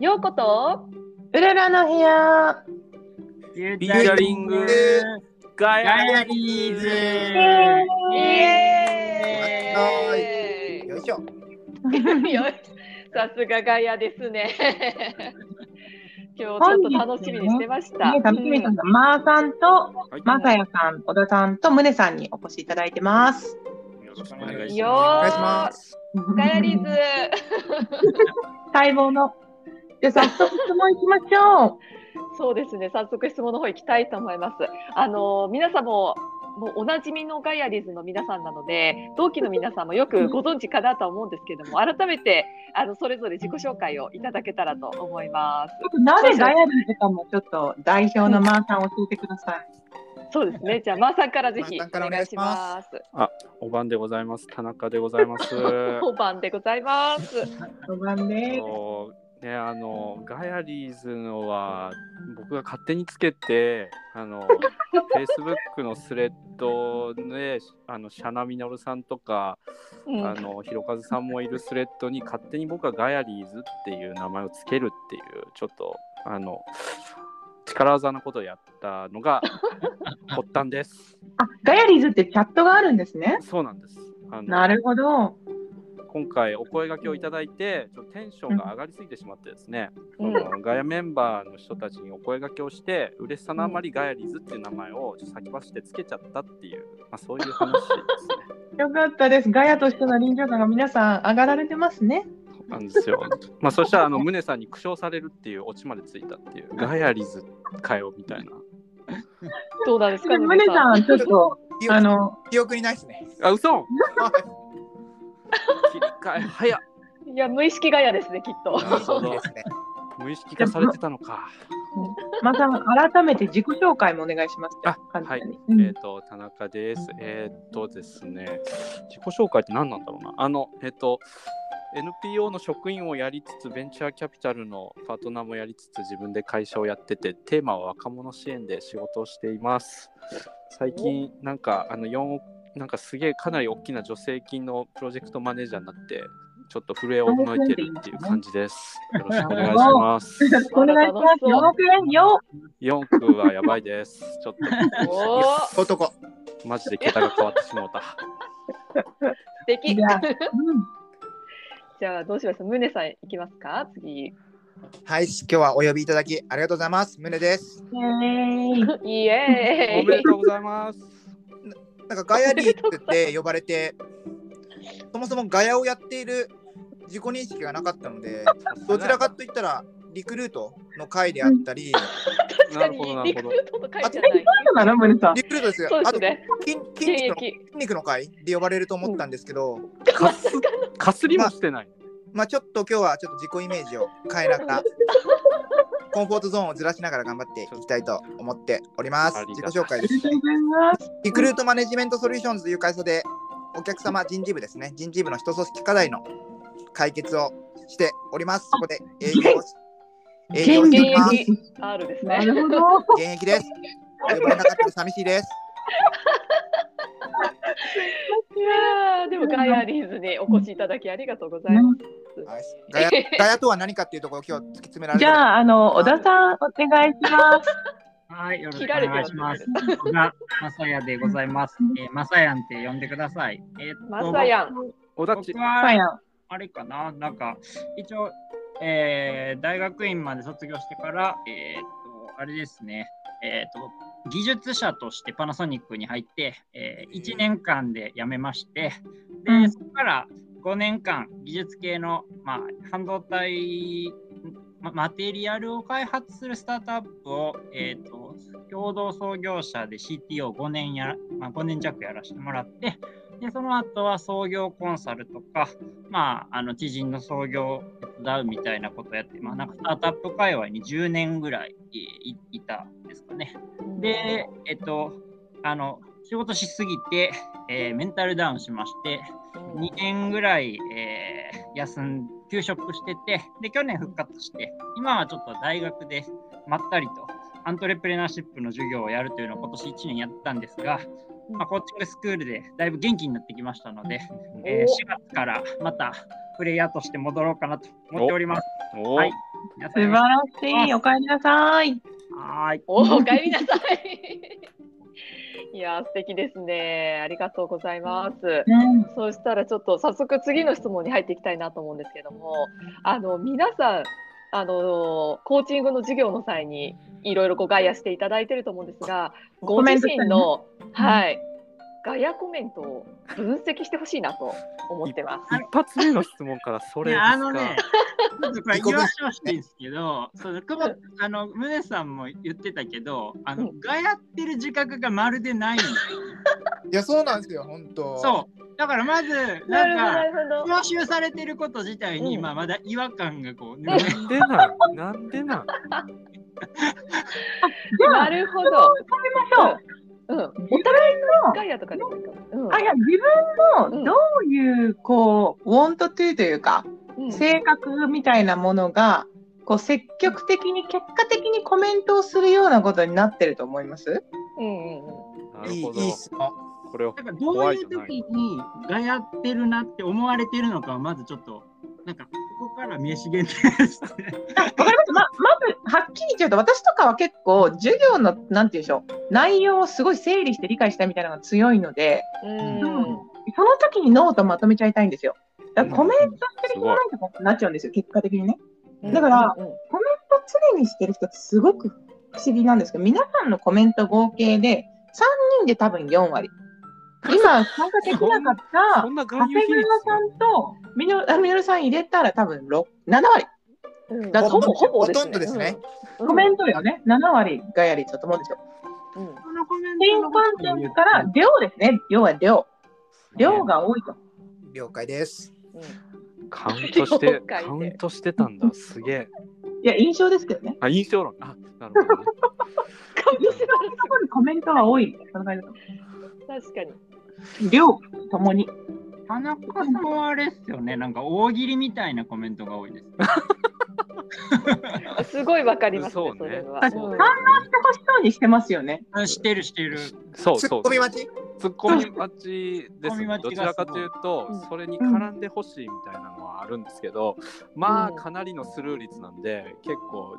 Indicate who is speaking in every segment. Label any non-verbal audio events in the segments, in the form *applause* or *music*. Speaker 1: ようこと
Speaker 2: うららの部屋。
Speaker 3: ビ
Speaker 4: ビー
Speaker 3: ー
Speaker 4: ラ
Speaker 3: ラ
Speaker 4: リ
Speaker 3: リ
Speaker 4: ン
Speaker 3: ン
Speaker 4: グ
Speaker 3: グ
Speaker 4: ガ
Speaker 3: ガ
Speaker 4: ヤ
Speaker 3: ヤ
Speaker 4: リ
Speaker 3: リ
Speaker 4: ー
Speaker 3: ー
Speaker 4: ズ
Speaker 3: ズ
Speaker 2: イ
Speaker 1: エーイ
Speaker 5: よいしょ。
Speaker 1: よしさすがガヤですね。今日ちょっと楽しみにしてました。
Speaker 2: ね、楽しみなんだ。まー、さんと、
Speaker 4: はい
Speaker 2: まさやさん、小田さんと、むねさんにお越しいただいてます。
Speaker 4: よろしくお願い
Speaker 1: うん
Speaker 4: し
Speaker 1: よ
Speaker 5: お
Speaker 4: ま
Speaker 5: 願い
Speaker 1: ー
Speaker 5: します。
Speaker 1: ガヤリーズ。
Speaker 2: 待望の。じゃあ、早速質問いきましょう。
Speaker 1: *laughs* そうですね。早速質問の方行きたいと思います。あの皆さんももうおなじみのガヤリーズの皆さんなので、同期の皆さんもよくご存知かなとは思うんですけども、改めてあのそれぞれ自己紹介をいただけたらと思います。
Speaker 2: なぜガヤリーズかも、ちょっと代表のまーさん教えてください。
Speaker 1: そうですね。じゃあマーさんからぜひ
Speaker 5: マーさんから
Speaker 1: お
Speaker 5: お
Speaker 1: 願
Speaker 5: 願
Speaker 1: い
Speaker 5: い
Speaker 1: し
Speaker 5: し
Speaker 1: ま。
Speaker 5: ます
Speaker 4: す。お番でございます。田中でござ
Speaker 5: *laughs*
Speaker 4: います。
Speaker 1: 当番でございます。
Speaker 2: 五番で
Speaker 4: そうね、あのガヤリーズのは僕が勝手につけてあの Facebook のスレッドであのシャナミノルさんとか、
Speaker 1: うん
Speaker 4: あのひろかずさんもいるスレッドに勝手に僕はガヤリーズっていう名前をつけるっていうちょっとあの力技なことをやった
Speaker 1: *laughs*
Speaker 4: のが発端です。
Speaker 2: あ、ガヤリーズってチャットがあるんですね。
Speaker 4: そうなんです。あの
Speaker 2: なるほど。
Speaker 4: 今回お声掛けをいただいてちょっとテンションが上がりすぎてしまってですね、
Speaker 1: うん
Speaker 4: そのガヤメンバーの人たちにお声掛けをして嬉しさのあまりガヤリーズっていう名前をちょっと先走ってつけちゃったっていう、まあ、そういう話
Speaker 1: *laughs*
Speaker 4: ですね。
Speaker 2: よかったです。ガヤとしての臨場感が皆さん上がられてますね。
Speaker 4: なんですよ。まあそしたらあの宗さんに苦笑されるっていうオチまでついたっていうガヤリーズかよみたいな。
Speaker 1: どうなんですか、
Speaker 2: むねさん、ちょ
Speaker 1: *laughs*
Speaker 2: っと、
Speaker 5: 記
Speaker 2: あ
Speaker 5: 憶
Speaker 2: の、
Speaker 5: 記憶にないですね。
Speaker 4: あ嘘
Speaker 5: は
Speaker 4: 切り替え早っ
Speaker 1: いや、無意識ガヤですね、きっと。
Speaker 4: なるほど
Speaker 5: いですね。
Speaker 4: 無意識化されてたのか。
Speaker 2: また改めて自己紹介もお願いします。
Speaker 4: あ
Speaker 2: 簡単に
Speaker 4: えっ、と、田中です。えっ、とですね、自己紹介って何なんだろうな。あの、えっ、と、NPO の職員をやりつつ、ベンチャーキャピタルのパートナーもやりつつ、自分で会社をやってて、テーマは若者支援で仕事をしています。最近、なんか、あの、4億、なんかすげえかなり大きな助成金のプロジェクトマネージャーになって、ちょっと震えを覚えてるっていう感じです。よろしくお願いします。
Speaker 2: お願いします。よくよ。
Speaker 4: 4億はやばいです。ちょっ
Speaker 1: おお、
Speaker 4: と、
Speaker 1: 素
Speaker 5: 男。
Speaker 4: マジで桁が変わってしまった。
Speaker 1: 敵。
Speaker 2: じゃあうん
Speaker 1: じゃあ、どうしますムネさん、いきますか次。イ
Speaker 5: はい、今日はお呼びいただきありがとうございます。胸です。
Speaker 2: イェーイ
Speaker 1: エ
Speaker 4: お
Speaker 1: ー
Speaker 4: め
Speaker 1: イ
Speaker 4: で。とうございます。
Speaker 5: なんかガヤリーズって呼ばれて、そもそもガヤをやっている自己認識がなかったので、 *laughs* どちらかといったらリクルートの会であったり、
Speaker 4: なるほどな
Speaker 1: リ
Speaker 4: る
Speaker 1: ク
Speaker 4: ほど。
Speaker 1: ルートと書いてない。
Speaker 2: そうなの、むねさん。
Speaker 5: リクルートですよ。
Speaker 1: そうで
Speaker 5: あ
Speaker 1: す
Speaker 5: と
Speaker 1: ね。
Speaker 5: 筋
Speaker 1: 現
Speaker 5: 筋肉の筋
Speaker 1: 役。
Speaker 5: 肉の会で呼ばれると思ったんですけど、
Speaker 4: かすかすりもしてない。
Speaker 5: まあちょっと今日はちょっと自己イメージを変えながら、コンフォートゾーンをずらしながら頑張っていきたいと思っております
Speaker 4: あ。り
Speaker 5: 自
Speaker 4: が
Speaker 5: 己
Speaker 4: た
Speaker 5: 紹介
Speaker 4: い
Speaker 2: あ
Speaker 5: で
Speaker 2: り
Speaker 5: す
Speaker 2: がとう。ございます。
Speaker 5: リクルートマネジメントソリューションズという会社でお客様人事部ですね、人事部の人組織課題の解決をしております。そこで営業をし営業をしております。
Speaker 1: 現役 R です
Speaker 2: な
Speaker 1: ね。
Speaker 2: るほど。
Speaker 5: 現役です。呼ばれなかったら寂しいです。
Speaker 1: いやーでもガヤリーズにお越しいただきありがとうございます。
Speaker 5: はいガヤガヤとは何かっていうところを今日突き詰められ
Speaker 2: じ
Speaker 5: るので。
Speaker 2: ゃあ、あの、小田さん、お願いします。
Speaker 3: はい、よろし
Speaker 1: 切
Speaker 3: く
Speaker 1: ら
Speaker 3: お
Speaker 1: れて
Speaker 3: 願い
Speaker 1: ます
Speaker 3: します。僕がまさやでございます。えー、まさやんって呼んでください。えー、
Speaker 1: まさやん。
Speaker 4: おだ
Speaker 3: 僕
Speaker 4: ち。
Speaker 2: さ
Speaker 3: は
Speaker 2: やん。
Speaker 3: あれかな、なんか一応、えー、大学院まで卒業してから、えー、とあれですね、えー、と技術者としてパナソニックに入って、えー、1年間で辞めまして、
Speaker 2: う
Speaker 3: で
Speaker 2: ん
Speaker 3: そこから5年間技術系の、まあ、半導体まマテリアルを開発するスタートアップを、えー、と共同創業者で CTO5 年や、まあ、5年弱やらせてもらってでその後は創業コンサルとか、まあ、あの知人の創業を手伝うみたいなことをやって、まあ、なんかスタートアップ界隈に10年ぐらいえーいいたんですかね。で、えっと、あの、仕事しすぎて、えーメンタルダウンしまして、
Speaker 1: うん
Speaker 3: 2年ぐらい、えー休ん、休職してて、で、去年復活して、今はちょっと大学でまったりと、アントレプレナーシップの授業をやるというのを今年1年やったんですが、まあ、コーチングスクールでだいぶ元気になってきましたので、えー4月からまたプレイヤーとして戻ろうかなと思っております。
Speaker 4: お
Speaker 3: はい皆さん
Speaker 2: 晴
Speaker 3: よろし
Speaker 2: らしい。おかえりなさい。
Speaker 3: くはーい。
Speaker 1: おお、おかえりなさい。 *laughs* いやー、素敵ですね。ありがとうございます。
Speaker 2: うん。
Speaker 1: そうしたら、ちょっと早速次の質問に入っていきたいなと思うんですけども。あの、皆さん、あのー、コーチングの授業の際に、いろいろこうガイアしていただいてると思うんですが。ご自身の、はい。ガイアコメントを分析してほしいなと思ってます。
Speaker 4: 一発目の質問からそれ
Speaker 3: い
Speaker 4: で
Speaker 3: や
Speaker 4: すか。
Speaker 3: あのね、ちょっとこれ言わしてほしいんですけど、そう久保あの宗さんも言ってたけど、あの、
Speaker 1: う
Speaker 3: がやってる自覚がまるでないんですよ。
Speaker 5: いや、そうなんですよ、本当。
Speaker 3: そう。だからまず、なんか、
Speaker 1: るほど
Speaker 3: 吸収されてること自体に、
Speaker 1: うん
Speaker 3: まあ、まだ違和感がこう、ね、
Speaker 4: なんでなん *laughs* なんでなん
Speaker 2: じゃあ、
Speaker 1: なるほど。。
Speaker 2: そう
Speaker 1: うん。お互いのガイアとかでもいいかも。うん
Speaker 2: あいや自分のどういうこう、want to というか
Speaker 1: うん
Speaker 2: 性格みたいなものがこう積極的に結果的にコメントをするようなことになってると思います
Speaker 1: うんうんうん。
Speaker 4: ないる
Speaker 5: い、
Speaker 4: ほど
Speaker 5: いい質問。
Speaker 4: これを
Speaker 3: なんかどういう時にがやってるなって思われてるのかをまずちょっと、なんか、ここから名刺限定ですね。
Speaker 2: わかりますままずはっきり言っちゃうと私とかは結構授業のなんて言うんでしょう内容をすごい整理して理解したいみたいなのが強いので
Speaker 1: うん
Speaker 2: その時にノートまとめちゃいたいんですよだからコメントしてる
Speaker 4: す
Speaker 2: 暇
Speaker 4: ごい
Speaker 2: ないとかになっちゃうんですよ結果的にね
Speaker 1: うん
Speaker 2: だから
Speaker 1: うん
Speaker 2: コメント常にしてる人ってすごく不思議なんですけど、皆さんのコメント合計で3人で多分4割。 *laughs* 今参加できなかっ
Speaker 4: そ
Speaker 2: た
Speaker 4: んな概
Speaker 2: 長
Speaker 4: 要
Speaker 2: 谷
Speaker 4: 比率
Speaker 2: 川さんとみのあみのるさん入れたら多分6 7割。
Speaker 1: うんうん
Speaker 2: だから
Speaker 1: ほぼほぼ
Speaker 5: ほとんどですね。
Speaker 1: うん
Speaker 2: コメントよね、7割がやりだと思うんですよ。
Speaker 1: うん
Speaker 3: そのコメン
Speaker 2: 転
Speaker 3: トのことを
Speaker 2: 換
Speaker 3: 言う
Speaker 2: 点
Speaker 3: と
Speaker 2: から量ですね、量は量。量が多いと。
Speaker 5: 了解です。
Speaker 4: カウントして
Speaker 1: 了解で
Speaker 4: カウントしてたんだすげえ
Speaker 2: いや、印象ですけどね。
Speaker 4: あ印象論あなるほど、ね、
Speaker 2: そこにコメントは多い。その感じだ
Speaker 1: 確かに。
Speaker 2: と量ともに。
Speaker 3: 田中さんはあれっすよね、なんか大喜利みたいなコメントが多いです。
Speaker 1: あすごいわかります
Speaker 4: そ
Speaker 1: ね
Speaker 4: う。
Speaker 1: それ
Speaker 4: ね
Speaker 1: は。
Speaker 4: そううんね
Speaker 2: 欲しそうにしてますよね。
Speaker 3: あ知ってる、知ってる。
Speaker 4: そう
Speaker 5: ツ
Speaker 4: そ
Speaker 5: ッ
Speaker 4: う
Speaker 5: コミ待ち
Speaker 4: ツッコミ待ち
Speaker 3: ツ
Speaker 4: で
Speaker 3: ッコミ
Speaker 4: すね
Speaker 3: 待
Speaker 4: ど
Speaker 3: ち
Speaker 4: ち
Speaker 3: がすごい
Speaker 4: らかというと
Speaker 1: うん
Speaker 4: それに絡んでほしいみたいなのはあるんですけどまあ
Speaker 1: うん
Speaker 4: かなりのスルー率なんで結構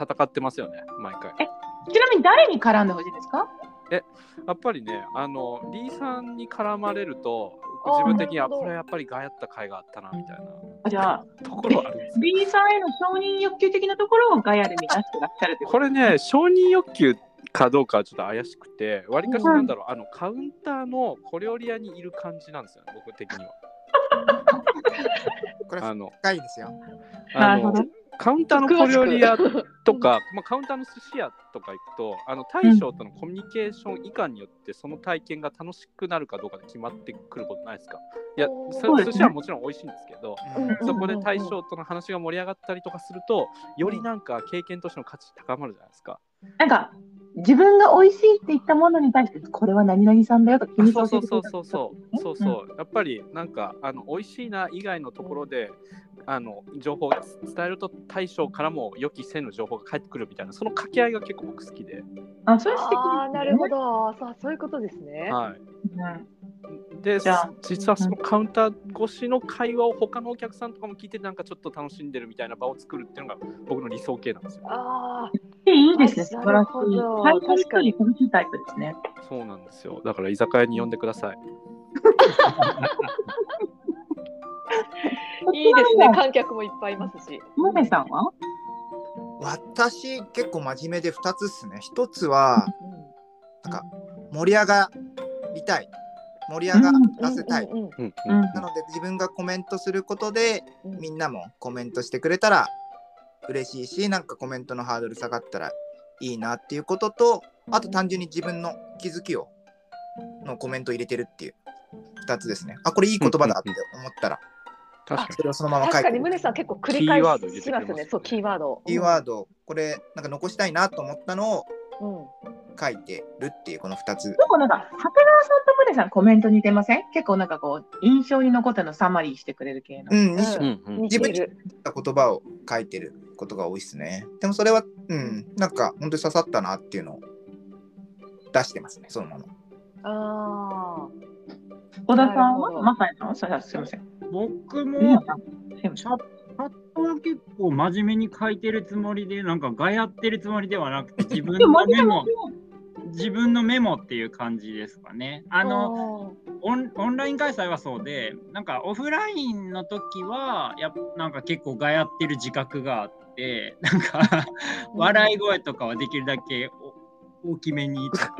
Speaker 4: 戦ってますよね毎回
Speaker 2: ちなみに誰に絡んでほしいですか
Speaker 4: やっぱりねあのリーさんに絡まれると
Speaker 1: あー
Speaker 4: 自分的に
Speaker 1: な
Speaker 4: は
Speaker 1: るほど
Speaker 4: これやっぱりがやった甲斐があったなみたいな
Speaker 2: じゃあ、
Speaker 4: ところはあるんですよ
Speaker 2: B さんへの承認欲求的なところをガヤで満たしてらっしゃるってこ
Speaker 4: ことれね承認欲求かどうかはちょっと怪しくてわりかしなんだろう、あのカウンターの小料理屋にいる感じなんですよね僕的には
Speaker 5: これ
Speaker 4: あの
Speaker 5: 深いですよ。
Speaker 2: な
Speaker 4: あ
Speaker 2: るほ
Speaker 4: の
Speaker 2: ど
Speaker 4: カウンターの小料理屋とか、まあ、カウンターの寿司屋とか行くとあの大将とのコミュニケーション以下によってその体験が楽しくなるかどうかで決まってくることないですかいやそ
Speaker 1: そう
Speaker 2: ですね
Speaker 4: 寿司はもちろん美味しいんですけど
Speaker 5: うん
Speaker 1: うん
Speaker 4: そこで大将との話が盛り上がったりとかするとよりなんか経験としての価値高まるじゃないですか。
Speaker 2: なんか自分が美味しいって言ったものに対してこれは何々さんだよと
Speaker 4: あ
Speaker 2: 君
Speaker 4: そ
Speaker 2: と
Speaker 4: う
Speaker 2: 教
Speaker 4: そ
Speaker 2: え
Speaker 4: う
Speaker 2: て
Speaker 4: そ
Speaker 2: く
Speaker 4: う
Speaker 2: れた
Speaker 4: そうそうそうそうやっぱりなんかあの美味しいな以外のところであの情報を伝えると大将からも予期せぬ情報が返ってくるみたいなその掛け合いが結構僕好きで、
Speaker 2: あそれ素敵ですね
Speaker 1: ああ、なるほど。そう、そういうことですね。
Speaker 4: は
Speaker 2: うん
Speaker 4: い、で
Speaker 2: じゃあ
Speaker 4: 実はそのカウンター越しの会話を他のお客さんとかも聞いてなんかちょっと楽しんでるみたいな場を作るっていうのが僕の理想形なんですよ。
Speaker 1: ああ、
Speaker 2: でいいですね
Speaker 1: あ
Speaker 2: 素晴らしい
Speaker 1: なるほど
Speaker 2: 最初の人に楽しいタイプですね
Speaker 4: そうなんですよだから居酒屋に呼んでください。
Speaker 1: いいですね。観客もいっぱいいますし。
Speaker 2: ムネさんは
Speaker 5: 私、結構真面目で2つっすね。1つは、
Speaker 1: うん
Speaker 5: 盛り上がりたい。盛り上がらせたい。
Speaker 1: うんうん
Speaker 4: うんうん
Speaker 2: うん
Speaker 5: なので、自分がコメントすることで、
Speaker 1: うん
Speaker 5: みんなもコメントしてくれたら嬉しいし、なんかコメントのハードル下がったらいいなっていうことと、あと単純に自分の気づきを、のコメントを入れてるっていう2つですね。あ、これいい言葉だって思ったら、
Speaker 4: 確か
Speaker 5: それをそのまま書い
Speaker 1: 確
Speaker 5: て
Speaker 1: か
Speaker 5: る
Speaker 1: に、宗さん結構繰り
Speaker 4: キー
Speaker 1: 返
Speaker 4: ワード入れ
Speaker 1: し
Speaker 4: てくれ
Speaker 1: ま
Speaker 4: ます
Speaker 1: す
Speaker 4: よね
Speaker 1: ね。そう、キーワード。
Speaker 5: キーワード、これ、なんか残したいなと思ったのを
Speaker 1: ド。うん。
Speaker 5: 書いてるっていう、この2つ。
Speaker 2: 結構なんか長谷川さんとムネさんコメント似てません結構なんかこう印象に残ったのサマリーしてくれる系の、
Speaker 5: うん、
Speaker 1: うん
Speaker 5: にし
Speaker 4: に。うんうん
Speaker 1: 似てる。
Speaker 5: た言葉を書いてることが多いですね。でもそれは、うん、なんか本当に刺さったなっていうのを出してますね、その
Speaker 2: *laughs*
Speaker 5: まま。
Speaker 1: あ
Speaker 2: 小田さん
Speaker 1: なるほ
Speaker 2: は
Speaker 1: ど
Speaker 2: マサイさんはそれはすいません
Speaker 3: 僕
Speaker 2: ムネ
Speaker 3: も
Speaker 2: さんすいません
Speaker 3: チャッパッドは結構真面目に書いてるつもりで、なんかがやってるつもりではなくて、自分
Speaker 2: でも
Speaker 3: のメ
Speaker 2: 真面目
Speaker 3: モ、自分のメモっていう感じですかね。あの、オンオンライン開催はそうでなんかオフラインの時はやっなんか結構がやってる自覚があってなんか笑い声とかはできるだけお大きめにとか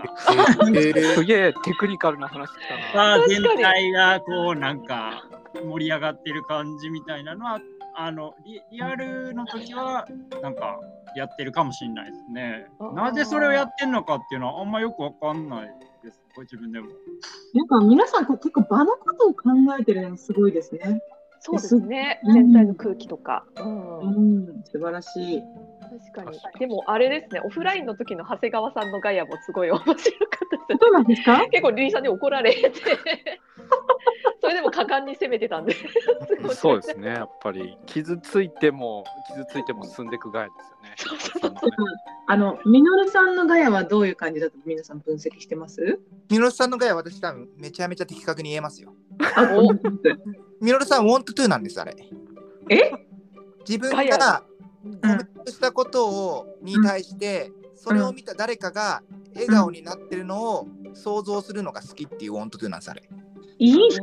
Speaker 4: すげえテクニカルな話来たな。
Speaker 3: まあ
Speaker 1: 確か
Speaker 3: 全
Speaker 1: に
Speaker 3: 体がこうなんか盛り上がってる感じみたいなのはあのリリアルの時はなんかやってるかもしれないですね
Speaker 1: あ。ー
Speaker 3: なぜそれをやってんのかっていうのはあんまよくわかんないですご自分でも。
Speaker 2: なんか皆さんこう結構場のことを考えてるのがすごいですね。
Speaker 1: そうですね、
Speaker 2: うん
Speaker 1: 全体の空気とか。うん
Speaker 2: うん、素晴らしい。
Speaker 1: 確かに
Speaker 4: 確か。
Speaker 1: でもあれですね、オフラインの時の長谷川さんのガヤもすごい面白かったです。
Speaker 2: そうなんですか？
Speaker 1: 結構リリーさんに怒られ
Speaker 2: *laughs*
Speaker 1: て、それでも果敢に攻めてたんで。
Speaker 4: そうですね、やっぱり傷ついても傷ついても進んでいくガイですよね。
Speaker 2: あのミノルさんのガヤはどういう感じだと皆さん分析してます？
Speaker 5: ミノルさんのガヤ私多分めちゃめちゃ的確に言えますよ。
Speaker 2: あ、
Speaker 1: お
Speaker 2: 本当です
Speaker 5: ミノルさん、want to なんです、あれ。
Speaker 2: え
Speaker 5: 自分
Speaker 1: ガヤ
Speaker 5: が
Speaker 2: う
Speaker 5: コ
Speaker 2: ん
Speaker 5: メントしたことをに対して、それを見た誰かが笑顔になってるのを想像するのが好きっていう want to なんです、あれ。
Speaker 2: いい人。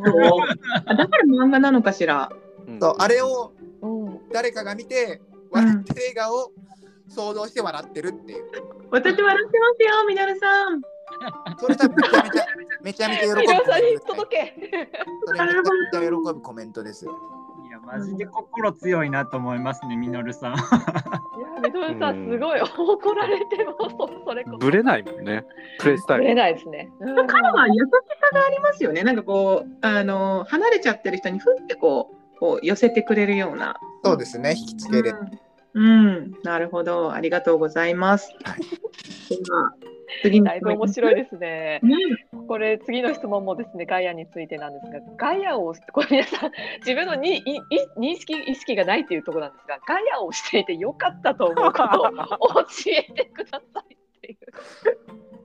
Speaker 2: あだから漫画なのかしら。
Speaker 4: うん
Speaker 5: そうあれを
Speaker 1: うん、
Speaker 5: 誰かが見て、笑ってる映画を想像して笑ってるっていう。
Speaker 2: 私笑ってますよ、ミノルさん。
Speaker 5: それ多分めちゃめちゃ、めちゃめ *laughs* ちゃ喜
Speaker 1: リリ
Speaker 5: ぶコメン
Speaker 1: ーさん
Speaker 5: ト
Speaker 1: に
Speaker 5: ですね。
Speaker 1: 届け。
Speaker 5: それめちゃめちゃ喜ぶコメントです。
Speaker 3: いやマジで心強いなと思いますね、みのるさん。
Speaker 1: いやミドルさんすごい怒られてもそうそれこそ
Speaker 4: ぶれないもんね、プレイスタイ
Speaker 1: ぶれ
Speaker 4: ル。
Speaker 1: ないですね。
Speaker 2: 彼は優しさがありますよね。なんかこうあの離れちゃってる人にふってこうこう寄せてくれるような。
Speaker 5: そうですね、引きつけれる。
Speaker 2: うん、うんなるほど。ありがとうございます。
Speaker 5: はい
Speaker 2: では次の
Speaker 1: だいぶ面白いですね。
Speaker 2: ね
Speaker 1: これ次の質問もですねガイアについてなんですがガイアをこれ皆さん自分のにいい認識意識がないっていうところなんですがガイアをしていてよかったと思うこと
Speaker 2: *laughs*
Speaker 1: を教えてくださいっていう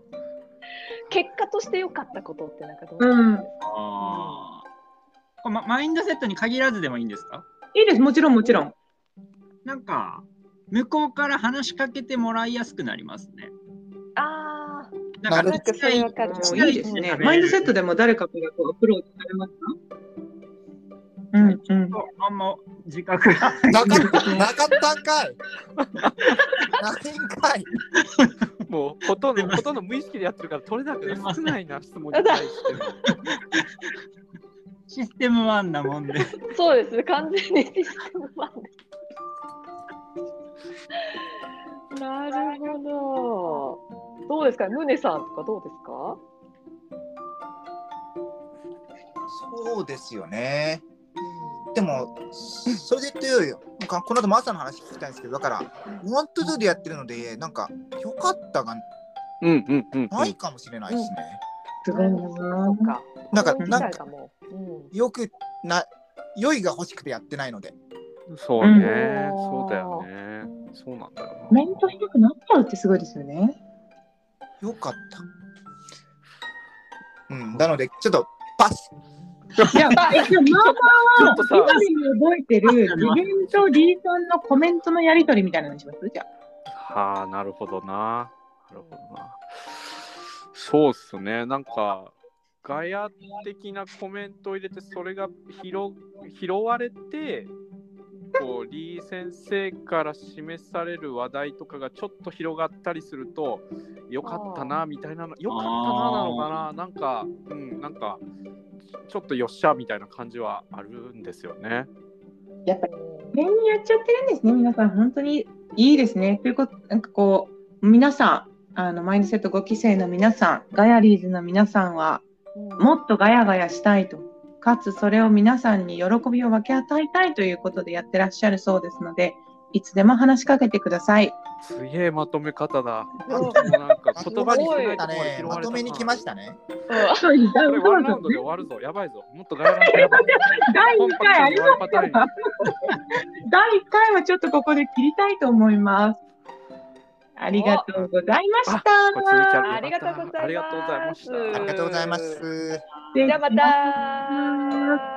Speaker 1: 結果として良かったことってなんかどうなんですか、
Speaker 3: あーこれま、マインドセットに限らずでもいいんですか
Speaker 2: いいです。もちろんもちろん。
Speaker 3: なんか向こうから話しかけてもらいやすくなりますね。
Speaker 1: あ
Speaker 3: な
Speaker 5: なんる
Speaker 3: か
Speaker 1: ど
Speaker 5: ほ
Speaker 3: 聞きたい
Speaker 1: なんかそ
Speaker 2: も
Speaker 1: れはわかる
Speaker 2: ういいですね。
Speaker 3: うん
Speaker 2: マインドセットでも誰かからこうアプローチされますか？うんうん。
Speaker 3: あんま自覚が
Speaker 5: なかった、なかったんかい。ないんかい。
Speaker 4: もうほとんどほ *laughs* とんど無意識でやってるから取れなく
Speaker 3: すいま
Speaker 4: て
Speaker 3: せん
Speaker 4: 少ないな質問に対しての。
Speaker 3: *laughs* システムワンなもんで。
Speaker 1: あそうですね完全にシステムワンですなるほどどうですかムネさんとかどうですか
Speaker 5: そうですよね。でも、それで言うとよ、なんかこの後も朝の話聞きたいんですけど、だから、ワントゥーでやってるので、なんか、よかったが
Speaker 4: うんうんうんうん。
Speaker 5: ないかもしれないですね。
Speaker 2: すごいな
Speaker 1: そう
Speaker 2: ぁ。
Speaker 1: か
Speaker 5: なんか、
Speaker 1: それ自
Speaker 5: なん
Speaker 1: 体
Speaker 5: か、
Speaker 1: がもううん
Speaker 5: よくな、良いが欲しくてやってないので。
Speaker 4: そうね、
Speaker 1: うん
Speaker 4: そうだよね。そうなんだよな。
Speaker 2: コメントしたくなっちゃうってすごいですよね。
Speaker 5: よかった。うん、なので、ちょっと、パス。
Speaker 2: いや、まあ、一応まあ
Speaker 4: ち
Speaker 2: ま
Speaker 4: ょ
Speaker 2: あ
Speaker 4: っと、さ
Speaker 2: 今に覚えてる自分とリーさんのコメントのやり取りみたいなのにしますじゃあ。
Speaker 4: はあ、なるほどな。なるほどな。そうっすね。なんか、ガヤ的なコメントを入れて、それが拾拾われて、こう、リー先生から示される話題とかがちょっと広がったりすると、よかったな、みたいなの、よかったな、なのかな。なんか、うん、なんか、ちょっとよっしゃ、みたいな感じはあるんですよね。
Speaker 2: やっぱ芸人やっちゃってるんですね、皆さん。本当にいいですね。ということ、なんかこう、皆さん、あの、マインドセット5期生の皆さん、ガヤリーズの皆さんは、
Speaker 1: も
Speaker 2: もっとガヤガヤしたいと、かつそれを皆さんに喜びを分け与えたいということでやってらっしゃるそうですので、いつでも話しかけてください。
Speaker 4: すげえまとめ方だ。
Speaker 5: ま
Speaker 4: もうなんか言葉に
Speaker 1: すご
Speaker 4: して
Speaker 1: い
Speaker 4: ない
Speaker 5: だ
Speaker 4: ところで
Speaker 5: ね
Speaker 4: 拾、わ
Speaker 5: ま
Speaker 4: れた
Speaker 5: と
Speaker 4: な
Speaker 5: めに来ましたね。
Speaker 2: そうです。
Speaker 4: これワンラウンドで終
Speaker 2: 第
Speaker 4: わるぞ。やばいぞ。もっとガヤランド
Speaker 5: *laughs*
Speaker 4: やばい。
Speaker 2: 2回あります
Speaker 4: コン
Speaker 2: か
Speaker 4: パクトに終わる
Speaker 2: ら。第1回はちょっとここで切りたいと思います。ありがとうございました。
Speaker 4: これ続いちゃう
Speaker 1: ありがとうございます
Speaker 4: ありがとうございました。
Speaker 5: ありがとうございます。
Speaker 1: じゃあまた